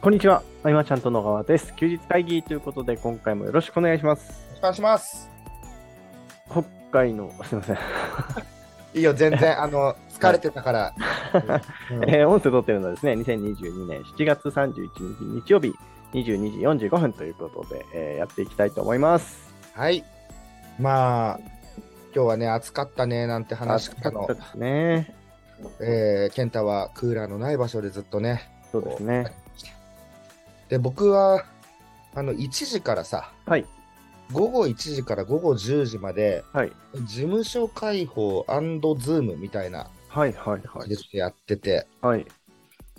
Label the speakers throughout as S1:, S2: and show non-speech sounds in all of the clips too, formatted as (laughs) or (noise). S1: こんにちは、あいまちゃんと野川です。休日会議ということで、今回もよろしくお願いします。
S2: お願いします。
S1: 北海の、すいません、
S2: いいよ、全然、あの、疲れてたから。うん
S1: (laughs) えー音声撮ってるのはですね、2022年7月31日日曜日、22時45分ということで、えーやっていきたいと思います。
S2: はい。まあ、今日はね、暑かったね、なんて話からの
S1: そ、うですね。
S2: えー、健太はクーラーのない場所でずっとね。
S1: そうですね。
S2: で、僕は、あの、1時からさ、
S1: はい、
S2: 午後1時から午後10時まで、
S1: はい、
S2: 事務所開放ズームみたいな
S1: はい、はい、は
S2: 感
S1: い
S2: じ。でやってて、
S1: はい、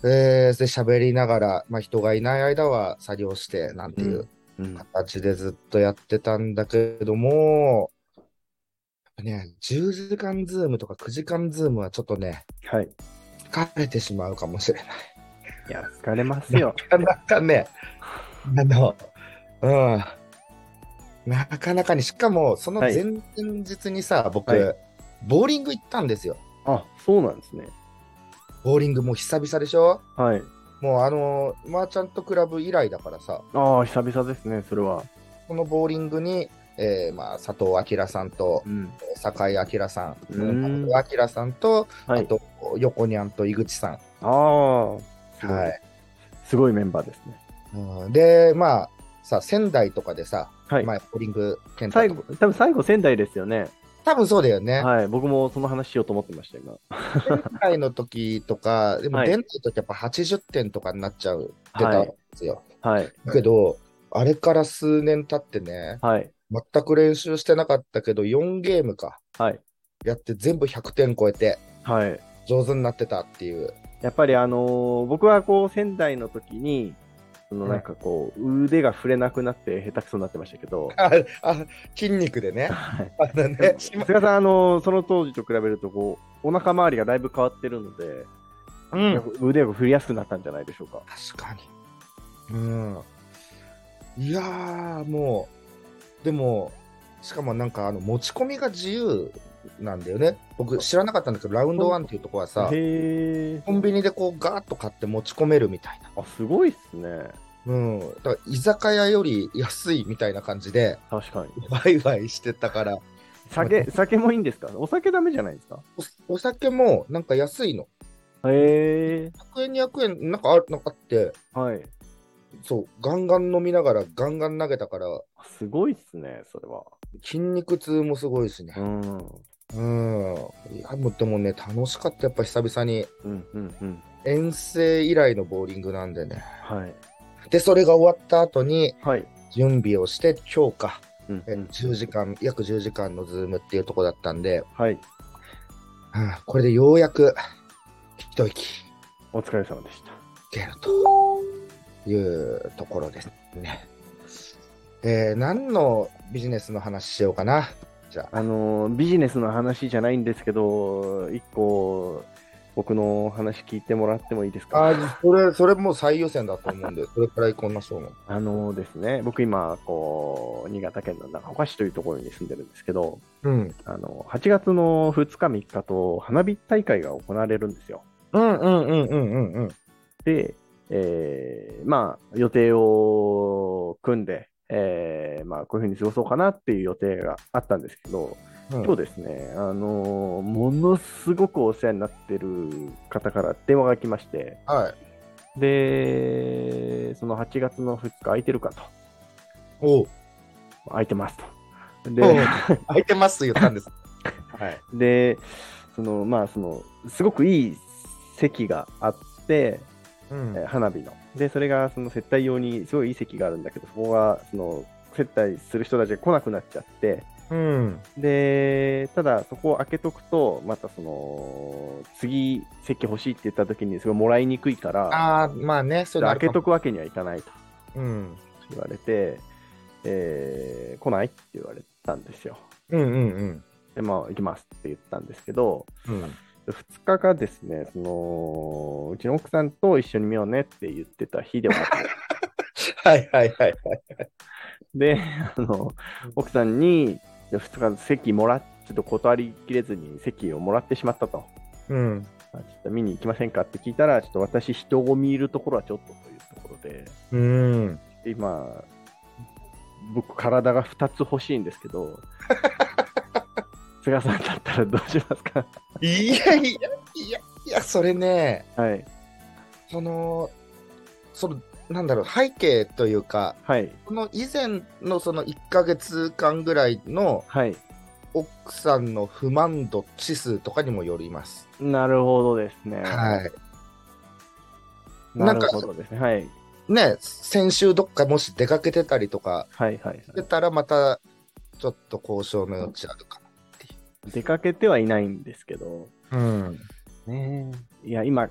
S2: えー、で、喋りながら、まあ、人がいない間は作業して、なんていう
S1: うん、
S2: 形でずっとやってたんだけども、やっぱね、10時間ズームとか9時間ズームはちょっとね、
S1: はい。
S2: 疲れてしまうかもしれない。
S1: いや、疲れますよ。
S2: (laughs) なかなかね、あの、うん、なかなかに、しかもその
S1: はい
S2: 前々日にさ、僕、
S1: はい
S2: ボーリング行ったんですよ。
S1: (laughs) あ、そうなんですね。
S2: ボーリングもう久々でしょ
S1: はい。
S2: もうあの、マーチャントクラブ以来だからさ、
S1: ああ、久々ですね、それは。
S2: このボーリングに、えーまあ、佐藤明さんと
S1: うん。
S2: 酒井明さん、
S1: うん
S2: 佐藤明さんと、
S1: は
S2: あ
S1: い。
S2: と、横にゃんと井口さ
S1: あ
S2: ん。
S1: あ、
S2: はい。
S1: すごいメンバーですね。
S2: うんで、まあ、さ、仙台とかでさ、
S1: はい。
S2: まあ、ボーリング検
S1: 最
S2: 討
S1: 後、多分最後仙台ですよね。
S2: 多分そうだよね。
S1: はい。僕もその話しようと思ってました、今。
S2: 仙台の時とか、で
S1: (laughs)
S2: も、
S1: はい
S2: 出ない時やっぱ80点とかになっちゃう、出たんですよ。
S1: はい。
S2: けど、あれから数年経ってね、
S1: はい。
S2: 全く練習してなかったけど、4ゲームか、
S1: はい。
S2: やって全部100点超えて、
S1: はい。
S2: 上手になってたっていう。
S1: やっぱりあのー僕はこう仙台の時に、そのなんかこう、腕が触れなくなって下手くそになってましたけど、
S2: あ、あ筋肉
S1: (laughs)
S2: でね。
S1: はい
S2: あのね、しま
S1: 菅さん、あのーその当時と比べるとこう、お腹周りがだいぶ変わってるので、
S2: うん
S1: 腕が振りやすくなったんじゃないでしょうか。
S2: 確かに。うん。いやー、もう、でも、しかもなんかあの持ち込みが自由なんだよね。僕知らなかったんだけど、ラウンドワンっていうとこはさ、
S1: へえ。
S2: コンビニでこうガーッと買って持ち込めるみたいな。
S1: あ、すごいっすね。
S2: うん。だから居酒屋より安いみたいな感じで、
S1: 確かに。
S2: ワイワイしてたから、
S1: 酒、酒もいいんですかお酒ダメじゃないですか
S2: おお酒もなんか安いの。
S1: へえ。
S2: 100円、200円、なんかあなんかあって、
S1: はい。
S2: そう、ガンガン飲みながらガンガン投げたから、
S1: すごいっすね、それは。
S2: 筋肉痛もすごいしね。
S1: うん。
S2: うん。いや、もうでもね、楽しかった。やっぱ久々に。
S1: うんうんうん。
S2: 遠征以来のボーリングなんでね。
S1: はい。
S2: で、それが終わった後に、
S1: はい。
S2: 準備をして、今日か。
S1: うん
S2: え10時間、約10時間のズームっていうとこだったんで、
S1: はい。
S2: はあこれでようやく、一息、
S1: お疲れ様でした。
S2: 出るというところですね。えー何のビジネスの話しようかな。じゃあ。
S1: あのービジネスの話じゃないんですけど、一個、僕の話聞いてもらってもいいですか。
S2: あ、それ、それもう最優先だと思うんで、それくらいこんなそうも。
S1: あのーですね、僕今、こう、新潟県の長岡市というところに住んでるんですけど、
S2: うん。
S1: あの8月の2日、3日と花火大会が行われるんですよ。
S2: うんうんうんうんうんうん。
S1: で、えーまあ、予定を組んで、えーまあ、こういうふうに過ごそうかなっていう予定があったんですけど、
S2: うん
S1: 今日ですね、あのーものすごくお世話になってる方から電話が来まして、
S2: はい。
S1: で、その8月の2日空いてるかと、
S2: おう
S1: 空いてますと。
S2: おう
S1: で、
S2: (laughs) 空いてます言ったん (laughs) です。はい。
S1: で、その、まあ、その、すごくいい席があって、
S2: うん
S1: えー花火の。で、それがその接待用にすごいいい席があるんだけど、そこがその接待する人たちが来なくなっちゃって、
S2: うん。
S1: で、ただそこを開けとくと、またその、次席欲しいって言った時にすごいもらいにくいから、
S2: ああ、まあね、それ
S1: 開けとくわけにはいかないと
S2: うん。
S1: 言われて、えー来ないって言われたんですよ。
S2: うんうんうん。
S1: で、まあ行きますって言ったんですけど、
S2: うん。
S1: 2日がですね、その、うちの奥さんと一緒に見ようねって言ってた日ではなくて、
S2: はいはいはいはい。
S1: で、 (laughs) あの、奥さんに、じゃあ2日席もらっ、ちょっと断りきれずに席をもらってしまったと。
S2: うん。
S1: あちょっと見に行きませんかって聞いたら、ちょっと私、人混みいるところはちょっとというところて、
S2: うん。
S1: 今、僕、体が2つ欲しいんですけど、菅さんだったらどうしますか
S2: いやいや、いや、いや、それね、
S1: はい。
S2: その、その、なんだろう、背景というか、
S1: はい。
S2: この以前のその1ヶ月間ぐらいの
S1: はい。
S2: 奥さんの不満度指数とかにもよります。
S1: なるほどですね。
S2: はい。
S1: なるほどですね。はい。
S2: ね、先週どっかもし出かけてたりとか
S1: はいはい、
S2: 出
S1: は
S2: たらまたちょっと交渉の余地あるか
S1: い。出かけてはいないんですけど、
S2: な。うん。
S1: ねえいや、今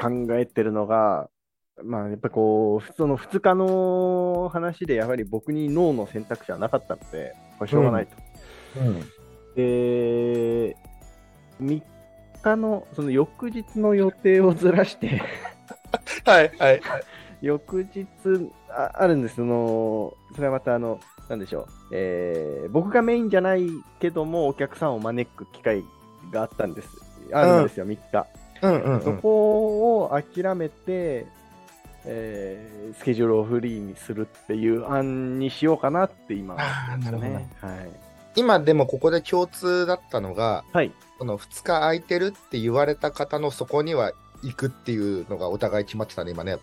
S1: 考えてるのが、まあ、やっぱこう、その2日の話で、やはり僕に脳の選択肢はなかったので、これしょうがないと。で、3日の、その翌日の予定をずらして、 (laughs)
S2: はいはい。
S1: 翌日あ、あるんです、その、それはまた、あの、なんでしょう、えー僕がメインじゃないけども、お客さんを招く機会があったんです。あるんですよ、3日。
S2: うんうん、う
S1: そ
S2: ん。
S1: こを諦めて、えースケジュールをフリーにするっていう案にしようかなって今、
S2: あーなるほど
S1: ね。はい。
S2: 今でもここで共通だったのが、
S1: はい。
S2: この2日空いてるって言われた方のそこには行くっていうのがお互い決まってたね、今ね。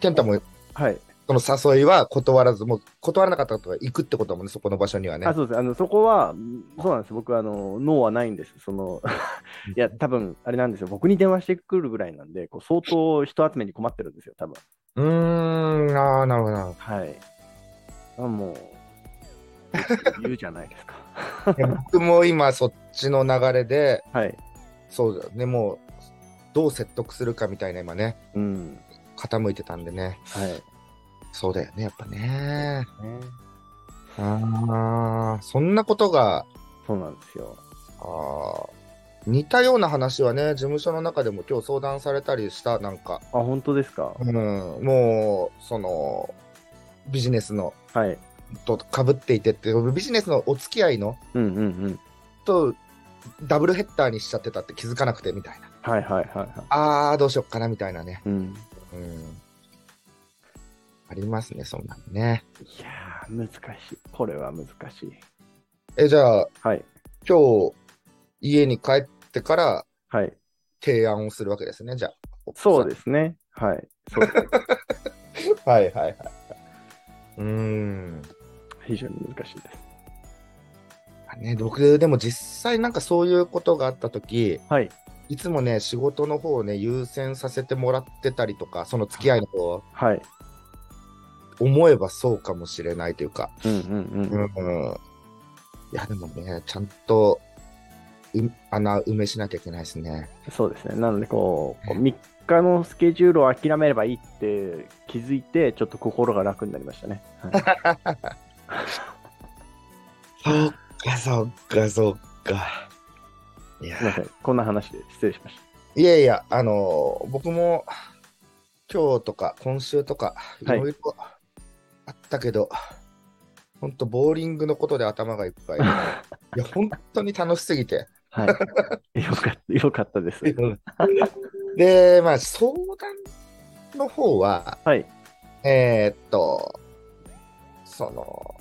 S2: 健太も
S1: はい。
S2: その誘いは断らず、もう断らなかったことが行くってことだもんね、そこの場所にはね。
S1: あ、そうです。あの、そこは、んそうなんです。僕、あの、脳はないんです。そ
S2: (laughs)
S1: の、いや、多分、あれなんですよ。僕に電話してくるぐらいなんで、こう相当人集めに困ってるんですよ、多分。
S2: うーん、ああ、なるほどな
S1: (laughs)
S2: る
S1: はい。あもう、言うじゃないですか。 (laughs)
S2: ほど。いや僕も今、そっちの流れで、
S1: はい。
S2: そうだね、もう、どう説得するかみたいな、今ね、
S1: うん。
S2: 傾いてたんでね。
S1: はい。ね
S2: そうだよね、やっぱね。ああ、そんなことが、
S1: そうなんですよ。
S2: あー似たような話はね、事務所の中でも今日相談されたりした、なんか、
S1: あ、本当ですか。
S2: うん、もう、その、ビジネスの
S1: はい。
S2: とかぶっていてって、ビジネスのお付き合いの
S1: うんうんうん。
S2: とダブルヘッダーにしちゃってたって気づかなくてみたいな。
S1: はいはいはいはい。
S2: あー、どうしよっかなみたいなね。
S1: うん、
S2: うん。ありますね、そんなのね。
S1: いやー、難しい。これは難しい。
S2: え、じゃあ、
S1: はい。
S2: 今日、家に帰ってから
S1: はい。
S2: 提案をするわけですね、じゃあ。
S1: そうですね。はい。そうです
S2: す。はいはいはい。うーん。
S1: 非常に難しいです。
S2: ね、僕、でも実際なんかそういうことがあったとき、
S1: はい。
S2: いつもね、仕事の方をね、優先させてもらってたりとか、その付き合いの方を
S1: はい。
S2: 思えばそうかもしれないというか、
S1: うんうん
S2: う
S1: うん。
S2: ん。いや、でもね、ちゃんと、う穴埋めしなきゃいけないですね。
S1: そうですね。なのでこう、こう3日のスケジュールを諦めればいいって気づいて、ちょっと心が楽になりましたね。はい、
S2: そっか、そっか、そっか。いや
S1: すいません。 (laughs) こんな話で失礼しまし
S2: いやいや、あの僕も、今日とか今週とか、い
S1: はい
S2: ろいろあったけど、ほんと、ボーリングのことで頭がいっぱ
S1: (laughs)
S2: い。いや、本当に楽しすぎて。
S1: た。はい。よかった、よかったです。
S2: で、まあ、相談の方は、
S1: はい。
S2: えーっと、その、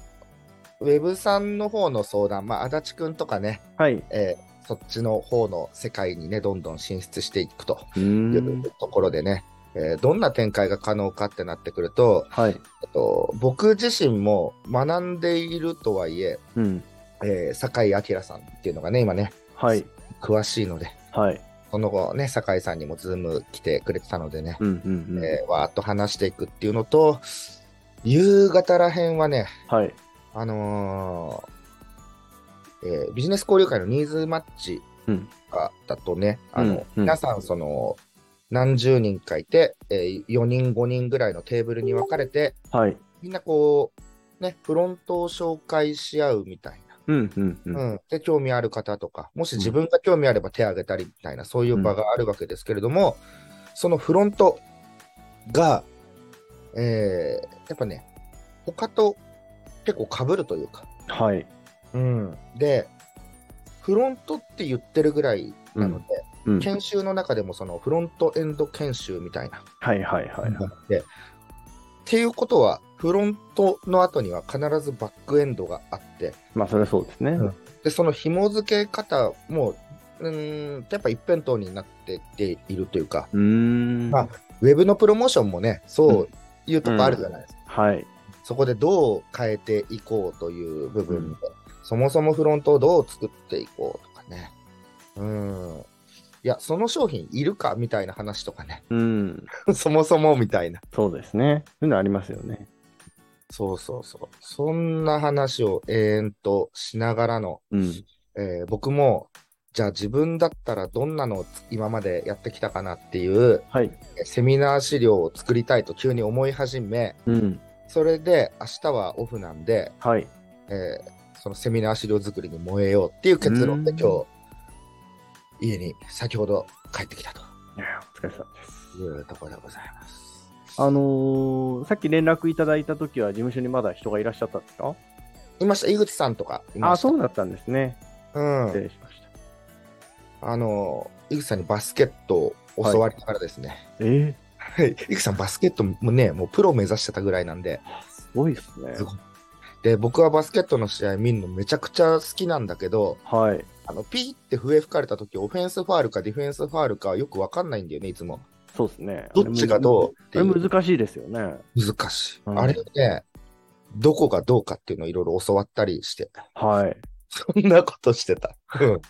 S2: ウェブさんの方の相談、まあ、足立くんとかね、
S1: はい。
S2: えーそっちの方の世界にね、どんどん進出していくと
S1: う
S2: い
S1: ん
S2: う。ところでね、えーどんな展開が可能かってなってくると、
S1: はい。
S2: えっと僕自身も学んでいるとはいえ、
S1: うん。
S2: えー酒井明さんっていうのがね、今ね、
S1: はい。
S2: 詳しいので、
S1: はい。
S2: その後ね、酒井さんにもズーム来てくれてたのでね、
S1: うんうんうん。
S2: えーわーっと話していくっていうのと、夕方らへんはね、
S1: はい。
S2: あのーえービジネス交流会のニーズマッチ
S1: うん
S2: がだとね、あの
S1: うんうん
S2: 皆さん、その、何十人かいて、え4人、5人ぐらいのテーブルに分かれて、
S1: はい。
S2: みんなこう、ね、フロントを紹介し合うみたい
S1: うんうんうん。
S2: な、うん、で、興味ある方とか、もし自分が興味あれば手を挙げたりみたいな、そういう場があるわけですけれども、そのフロントが、えーやっぱね、他と結構かぶるというか、
S1: はい。
S2: うん、で、フロントって言ってるぐらいなので、
S1: うん
S2: 研修の中でもそのフロントエンド研修みたいな、
S1: はいはいはいはい。
S2: でっていうことは、フロントの後には必ずバックエンドがあって、
S1: まあ、それはそうですね。
S2: うんで、その紐付け方も、うーん、やっぱ一辺倒になってっているというか、
S1: うーん。
S2: まあウェブのプロモーションもね、そういうとこあるじゃないですか。
S1: はい。
S2: そこでどう変えていこうという部分で、そもそもフロントをどう作っていこうとかね。うん。いや、その商品いるかみたいな話とかね。 (laughs)
S1: うん。
S2: そもそもみたいな。
S1: そうですね。そういうのありますよね。
S2: そうそうそう。そんな話を永遠としながらの、
S1: うん。
S2: えー僕も、じゃあ自分だったらどんなのを今までやってきたかなっていう
S1: はい。
S2: えーセミナー資料を作りたいと急に思い始め、
S1: うん。
S2: それで明日はオフなんで、
S1: はい。
S2: えーそのセミナー資料作りに燃えようっていう結論で
S1: うん
S2: 今日、家に先ほど帰ってきたと
S1: いやお疲れ様です。
S2: いうところでございます。
S1: あのーさっき連絡いただいたときは、事務所にまだ人がいらっしゃったんですか
S2: いました、井口さんとかいま
S1: あ、
S2: した。
S1: そうだったんですね。
S2: うん
S1: 失礼しました。
S2: あの、井口さんにバスケットを教わりながらですね、
S1: え
S2: はい、井口さん、バスケットもね、もうプロ目指してたぐらいなんで、
S1: ー、すごいですね
S2: す。ごいで、僕はバスケットの試合見るのめちゃくちゃ好きなんだけど、
S1: はい。
S2: あのピーって笛吹かれた時オフェンスファールかディフェンスファールかよくわかんないんだよね、いつも。
S1: そうですね。
S2: どっちがどうって
S1: あ
S2: い
S1: れ
S2: う
S1: 難しいですよね。
S2: 難しい。
S1: うん
S2: あれね、どこがどうかっていうのをいろいろ教わったりして、
S1: はい。
S2: そんなことしてた。うん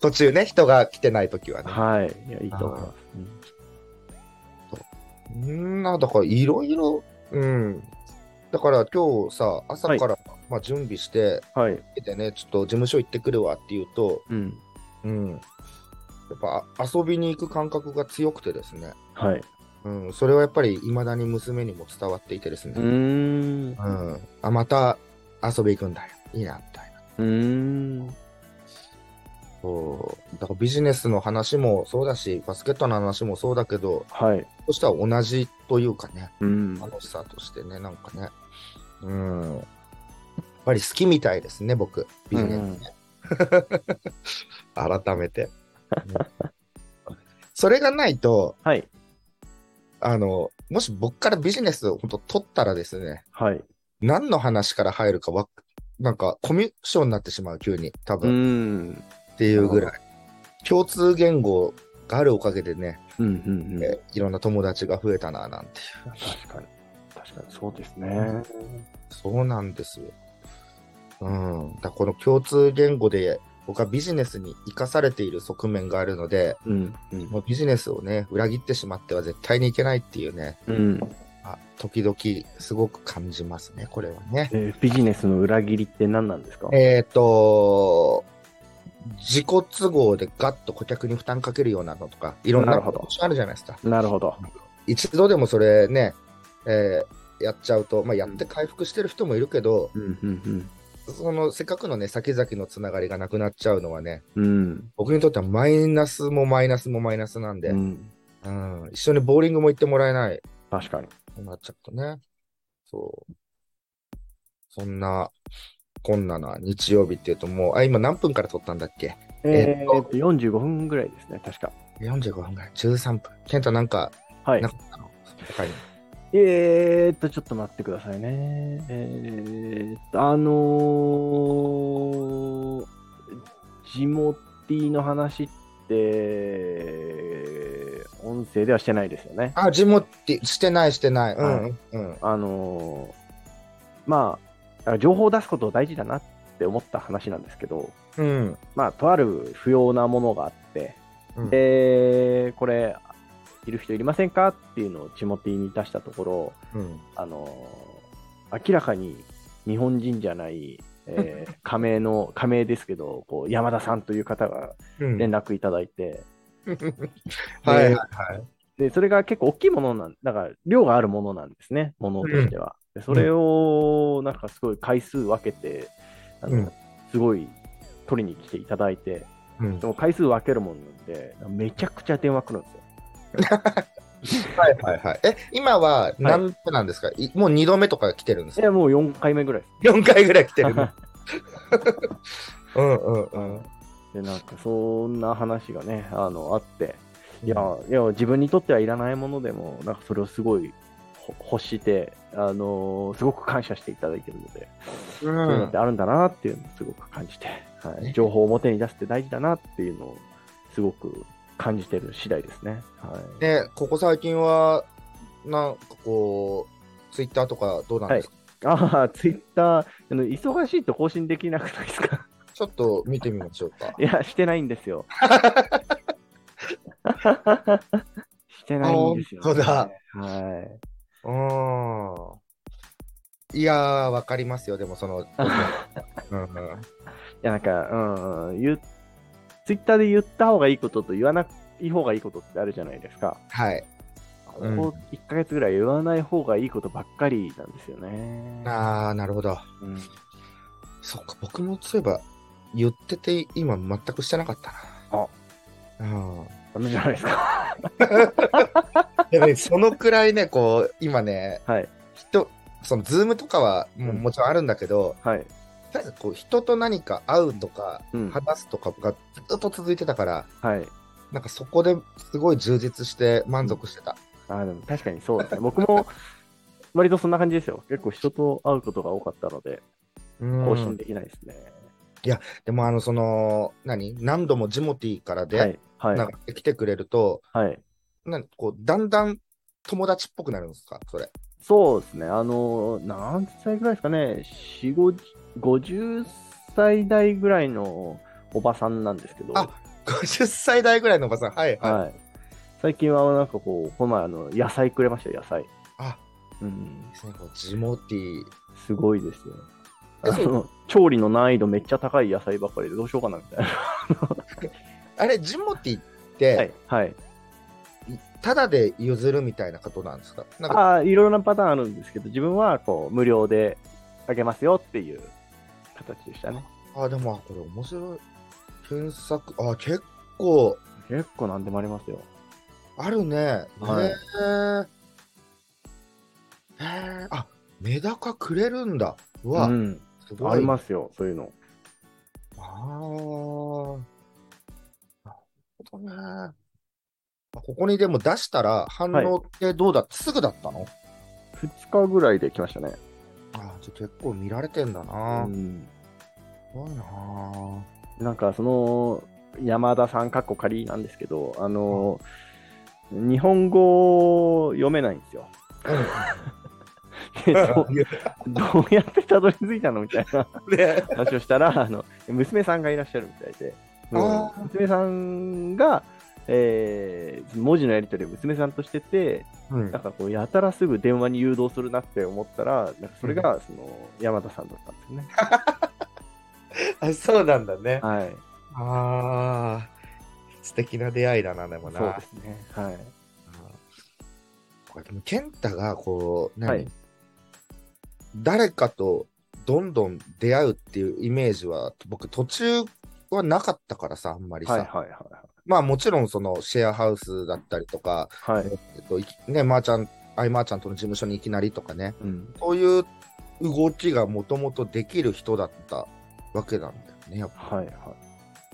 S2: 途中ね、人が来てない時はね。
S1: はい。いや、いいと思います。うん
S2: うんな、だからいろいろ、うん。だから今日さ、朝から、まあ、準備して、
S1: はい。
S2: でね、ちょっと事務所行ってくるわっていうと、
S1: うん。
S2: うん。やっぱあ遊びに行く感覚が強くてですね、
S1: はい。
S2: うん、それはやっぱり未だに娘にも伝わっていてですね、
S1: うーん。う
S2: うん、あ、また遊び行くんだよ。いいな、みたい
S1: ー
S2: な。
S1: ん。
S2: そうだからビジネスの話もそうだし、バスケットの話もそうだけど、
S1: はい。
S2: そしたら同じというかね、
S1: うん。
S2: 楽しさとしてね、なんかね、うん、やっぱり好きみたいですね、僕、ビジネスね。改めて。うんそれがないと、
S1: はい。
S2: あの、もし僕からビジネスを本当取ったらですね、
S1: はい。
S2: 何の話から入るかわ、なんかコミュ障になってしまう、急に、多
S1: うー
S2: 分、
S1: ん。
S2: っていうぐらい。共通言語があるおかげでね、
S1: うんうんうん。
S2: えーいろんな友達が増えたななんていう。
S1: 確かに。確かにそうですね。
S2: そうなんですよ。うん。だからこの共通言語で僕はビジネスに生かされている側面があるので、
S1: うん。うん
S2: もうビジネスをね、裏切ってしまっては絶対にいけないっていうね、
S1: うん
S2: あ時々すごく感じますね、これはね。
S1: えービジネスの裏切りって何なんですか
S2: えっ、と、自己都合でガッと顧客に負担かけるようなのとか、いろん
S1: な
S2: な
S1: るほど
S2: ことあるじゃないですか。
S1: なるほど。
S2: 一度でもそれね、えーやっちゃうと、まあ、やって回復してる人もいるけど、
S1: うんうん
S2: そのせっかくのね、先々のつながりがなくなっちゃうのはね、
S1: うん。うん。
S2: 僕にとってはマイナスもマイナスもマイナスなんで、
S1: う
S2: うん
S1: ん。
S2: 一緒にボーリングも行ってもらえない、
S1: 確かに。
S2: なっちゃったね。そう。そんな、こんなな日曜日っていうともう、あ、今何分から撮ったんだっけ
S1: え
S2: え
S1: ー
S2: ー
S1: っと、45分ぐらいですね、確か。
S2: ?45 分ぐらい、13分。健太なんか、
S1: はい
S2: な。かったの他に
S1: えー、っと、ちょっと待ってくださいね。えー、っと、あのー、ジモティの話って、音声ではしてないですよね。
S2: あ、ジモって、してないしてない。う
S1: は
S2: ん、うん。
S1: あのー、まあ、情報を出すこと大事だなって思った話なんですけど、
S2: うん。
S1: まあ、とある不要なものがあって、
S2: うん
S1: で、これ、いる人いりませんかっていうのをジモティに出したところ、
S2: うん。
S1: あのー明らかに日本人じゃない、えー
S2: (laughs)
S1: 仮名の、仮名ですけど、こう山田さんという方が
S2: うん
S1: 連絡いただいて、
S2: (laughs) はいはい
S1: で
S2: はい。
S1: で、それが結構大きいものなん、だから量があるものなんですね、ものとしては。でそれを、なんかすごい回数分けて、あの
S2: うん
S1: すごい取りに来ていただいて、
S2: うん
S1: でも回数分けるもんなんで、めちゃくちゃ電話来るんですよ。
S2: はいはいはい。え、今は何分なんですか、いもう2度目とか来てるんです
S1: い
S2: か
S1: や、もう4回目ぐらいです。
S2: ?4 回ぐらい来て (laughs) る。うんうんうん。
S1: でなんかそんな話がねあのあっていやいや自分にとってはいらないものでもなんかそれをすごいほ欲してあのーすごく感謝していただいてるので、
S2: う
S1: そういうのっ
S2: ん
S1: てあるんだなっていうのをすごく感じて、はい、
S2: ね
S1: 情報を表に出すって大事だなっていうのをすごく感じてる次第ですね。はい、
S2: ね、ここ最近は、なんかこう、ツイッターとかどうなんですか、
S1: ああ、ツイッター、あの忙しいと更新できなくないです
S2: (laughs)
S1: か
S2: ちょっと見てみましょうか
S1: い。や、してないんです
S2: (laughs)
S1: よ。 (laughs) してないんですよ、
S2: 本当だ。
S1: はい。
S2: うん。いやー、わかりますよ、でもそ (laughs) の、うんう
S1: い
S2: ん
S1: や、なんか、うんうん、言うツイッターで言った方がいいことと言わない方がいいことってあるじゃないですか。
S2: はい。
S1: ここ
S2: うん
S1: 1ヶ月ぐらい言わない方がいいことばっかりなんですよね。
S2: あー、なるほど。
S1: うん
S2: そっか、僕もそういえば、言ってて、今、全くしてなかったな。うん。
S1: ダメじゃないですか。 (laughs)
S2: いやねそのくらいね、こう、今ね、
S1: はい。
S2: 人、その、ズームとかはもう
S1: うん
S2: もちろんあるんだけど、
S1: はい。
S2: とりあえずこう人と何か会うとか、
S1: うん
S2: 話すとかがずっと続いてたから、
S1: はい。
S2: なんかそこですごい充実して満足してた。
S1: あでも確かにそうですね。僕も割とそんな感じですよ。結構人と会うことが多かったので、更新できないですね。
S2: でも、あの、その、何何度もジモティーからで、
S1: はい。
S2: なん
S1: はい。
S2: か来てくれると、
S1: はい。
S2: なんかこう、だんだん友達っぽくなるんですか、それ。 (laughs)
S1: そうですね。あの、何歳ぐらいですかね。4、5 50歳代ぐらいのおばさんなんですけど、
S2: あ50歳代ぐらいのおばさん。はいはい。
S1: はい。最近はなんかこう、この前あの、野菜くれましたよ、野菜。
S2: あ、
S1: うん。
S2: ですね、こうジモティー。
S1: すごいですよ。
S2: え
S1: あの調理の難易度めっちゃ高い野菜ばっかりでどうしようかなみたいな。
S2: あれ、ジモティーって、
S1: はい。はい。
S2: ただで譲るみたいなことなんですかなんか、
S1: ああ、いろいろなパターンあるんですけど、自分はこう無料であげますよっていう形でしたね。
S2: あでも、あこれ面白い。検索、あ結構
S1: 結構何でもありますよ。
S2: あるね。
S1: はい
S2: へえ。へえ。あメダカくれるんだ。うわ、
S1: うん、
S2: すごい。
S1: ありますよ、そういうの。
S2: あーなるほどね。あここにでも出したら反応ってどうだ、すぐだったの
S1: 2日ぐらいで来ましたね。
S2: あーじゃあ結構見られてんだ
S1: う
S2: な。
S1: ん、
S2: すごいな。
S1: なんか (laughs) その山田さん、かっこ仮なんですけど、あの、日本語読めないんですよ。でどどうやってたどり着いたのみたいな。
S2: ね
S1: 話をしたら、あの娘さんがいらっしゃるみたいで、もう
S2: あー
S1: 娘さんが、えー文字のやり取りを娘さんとしてて、 (laughs)
S2: うん
S1: なんかこうやたらすぐ電話に誘導するなって思ったら、なんかそれがその山田さんだったんですよ
S2: (laughs)
S1: ね。
S2: あそうなんだね。
S1: はい、
S2: ああ、素敵な出会いだな、でもな。
S1: そうですね。はい、
S2: うんでも、健太が、こう、何、
S1: はい
S2: 誰かとどんどん出会うっていうイメージは、僕、途中はなかったからさ、あんまりさ。
S1: はい、はい、
S2: まあ、もちろん、その、シェアハウスだったりとか、
S1: はい、はい、
S2: えっと、いきね、まー、ちゃん、あいまーちゃんとの事務所にいきなりとかね、
S1: うん、
S2: そういう動きがもともとできる人だったわけなんだよね、やっぱ。
S1: はい、は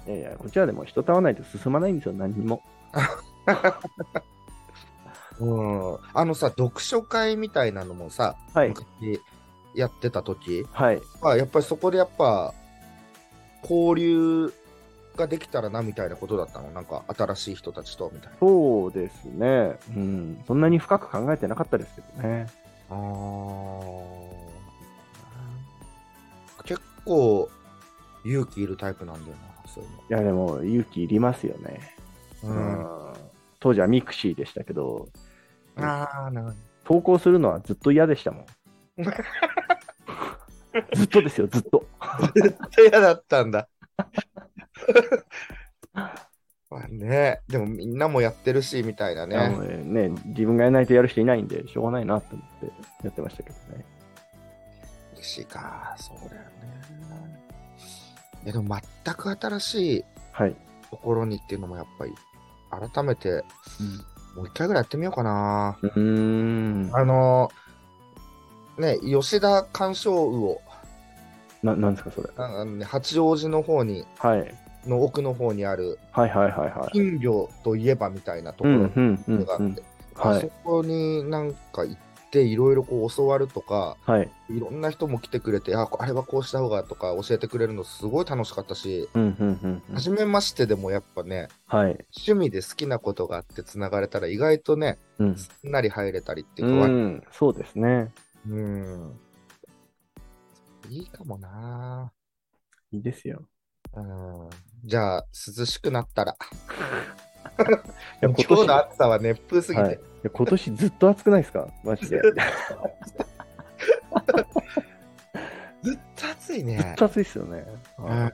S1: い。いやいや、こちらでも人と会わないと進まないんですよ、何にも。
S2: うん、あのさ読書会みたいなのもさ、
S1: はい、
S2: 昔やってた時
S1: はい、
S2: はやっぱりそこでやっぱ交流ができたらなみたいなことだったのなんか新しい人たちとみたいな。
S1: そうですね。うん、そんなに深く考えてなかったですけどね。
S2: あ結構勇気いるタイプなんだよなそういうの。
S1: いや、でも勇気いりますよね。
S2: うん、
S1: 当時はミクシーでしたけど、
S2: ああなるほど
S1: 投稿するのはずっと嫌でしたも
S2: (laughs)
S1: ん。ずっとですよ、ずっと。
S2: 嫌だったんだ。 (laughs) まあね、でもみんなもやってるしみたいなね。
S1: あのね自分がやらないとやる人いないんで、しょうがないなと思ってやってましたけどね。
S2: ミクシーか、そうだよね。いやでも全く新しい
S1: はい。
S2: ところにっていうのもやっぱり、改めてもう一回ぐらいやってみようかな。
S1: うーん。
S2: あのね、吉田鑑賞魚、
S1: ななんですか、それ。
S2: ああのね八王子の方に、
S1: はい。
S2: の奥の方にある、
S1: はいはいはいはい。
S2: 金魚といえばみたいなとこ
S1: うん
S2: ろ
S1: うんうん
S2: があ
S1: う
S2: っ
S1: ん
S2: て、。あ
S1: は
S2: そ
S1: い。
S2: こになんか行っっていろいろこう教わるとか
S1: はい。
S2: いろんな人も来てくれてあこあれはこうした方がとか教えてくれるのすごい楽しかったし
S1: うんうんうんうん。
S2: 初めましてでもやっぱね
S1: はい。
S2: 趣味で好きなことがあってつながれたら意外とね
S1: うん。
S2: すんなり入れたりっていううか、
S1: ん、そうですね。
S2: うん、いいかもない
S1: いですよ。
S2: うんじゃあ、涼しくなったら。
S1: いや
S2: 今日の暑さは熱風すぎ
S1: はい、い
S2: て。
S1: や今年ずっと暑くないですかマジで。ず
S2: ずっと暑いね
S1: っ。と暑いっすよね。
S2: うん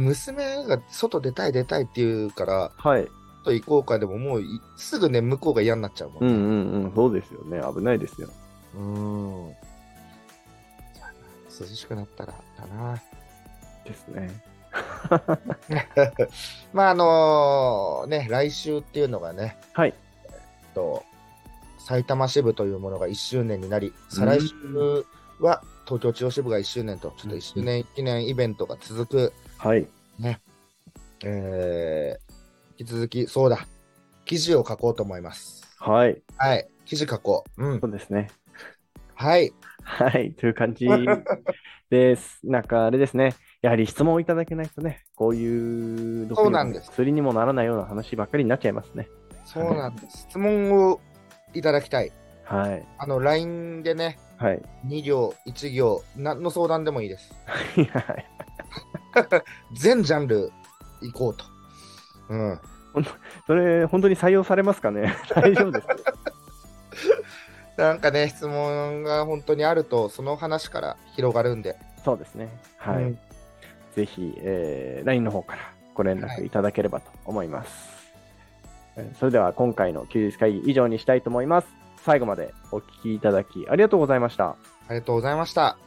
S2: 娘が外出たい出たいって言うから、
S1: はい。
S2: と行こうかでももういすぐね、向こうが嫌になっちゃうも
S1: うん
S2: ん。
S1: うんうん。そうですよね。危ないですよ。
S2: うん。じゃあ涼しくなったらだな。
S1: ですね。
S2: (laughs) まあ、あのね、来週っていうのがね、
S1: はい。
S2: えっと、埼玉支部というものが1周年になり、再来週は東京中央支部が1周年と、ちょっと1周年記念イベントが続く、
S1: はい。
S2: えー、引き続き、そうだ、記事を書こうと思います。
S1: はい。
S2: はい、記事書こう。うん
S1: そ。うですね。
S2: はい。
S1: はい。という感
S2: (laughs)
S1: じです。なんかあれですね。やはり質問をいただけないとね、こういう毒にも
S2: そうなんです
S1: 薬にもならないような話ばっかりになっちゃいますね。
S2: そうなんです。質問をいただきたい。
S1: はい。
S2: あの、LINE でね、
S1: はい。
S2: 2行、1行、何の相談でもいいです。
S1: はい
S2: 全ジャンル行こうと。うん。
S1: それ、本当に採用されますか
S2: (laughs)
S1: ね大丈夫ですか
S2: なんかね、質問が本当にあると、その話から広がるんで。
S1: そうですね。はい。
S2: うん
S1: ぜひ、えー LINE の方からご連絡いただければと思います。えーそれでは今回の休日会議以上にしたいと思います。最後までお聞きいただきありがとうございました。
S2: ありがとうございました。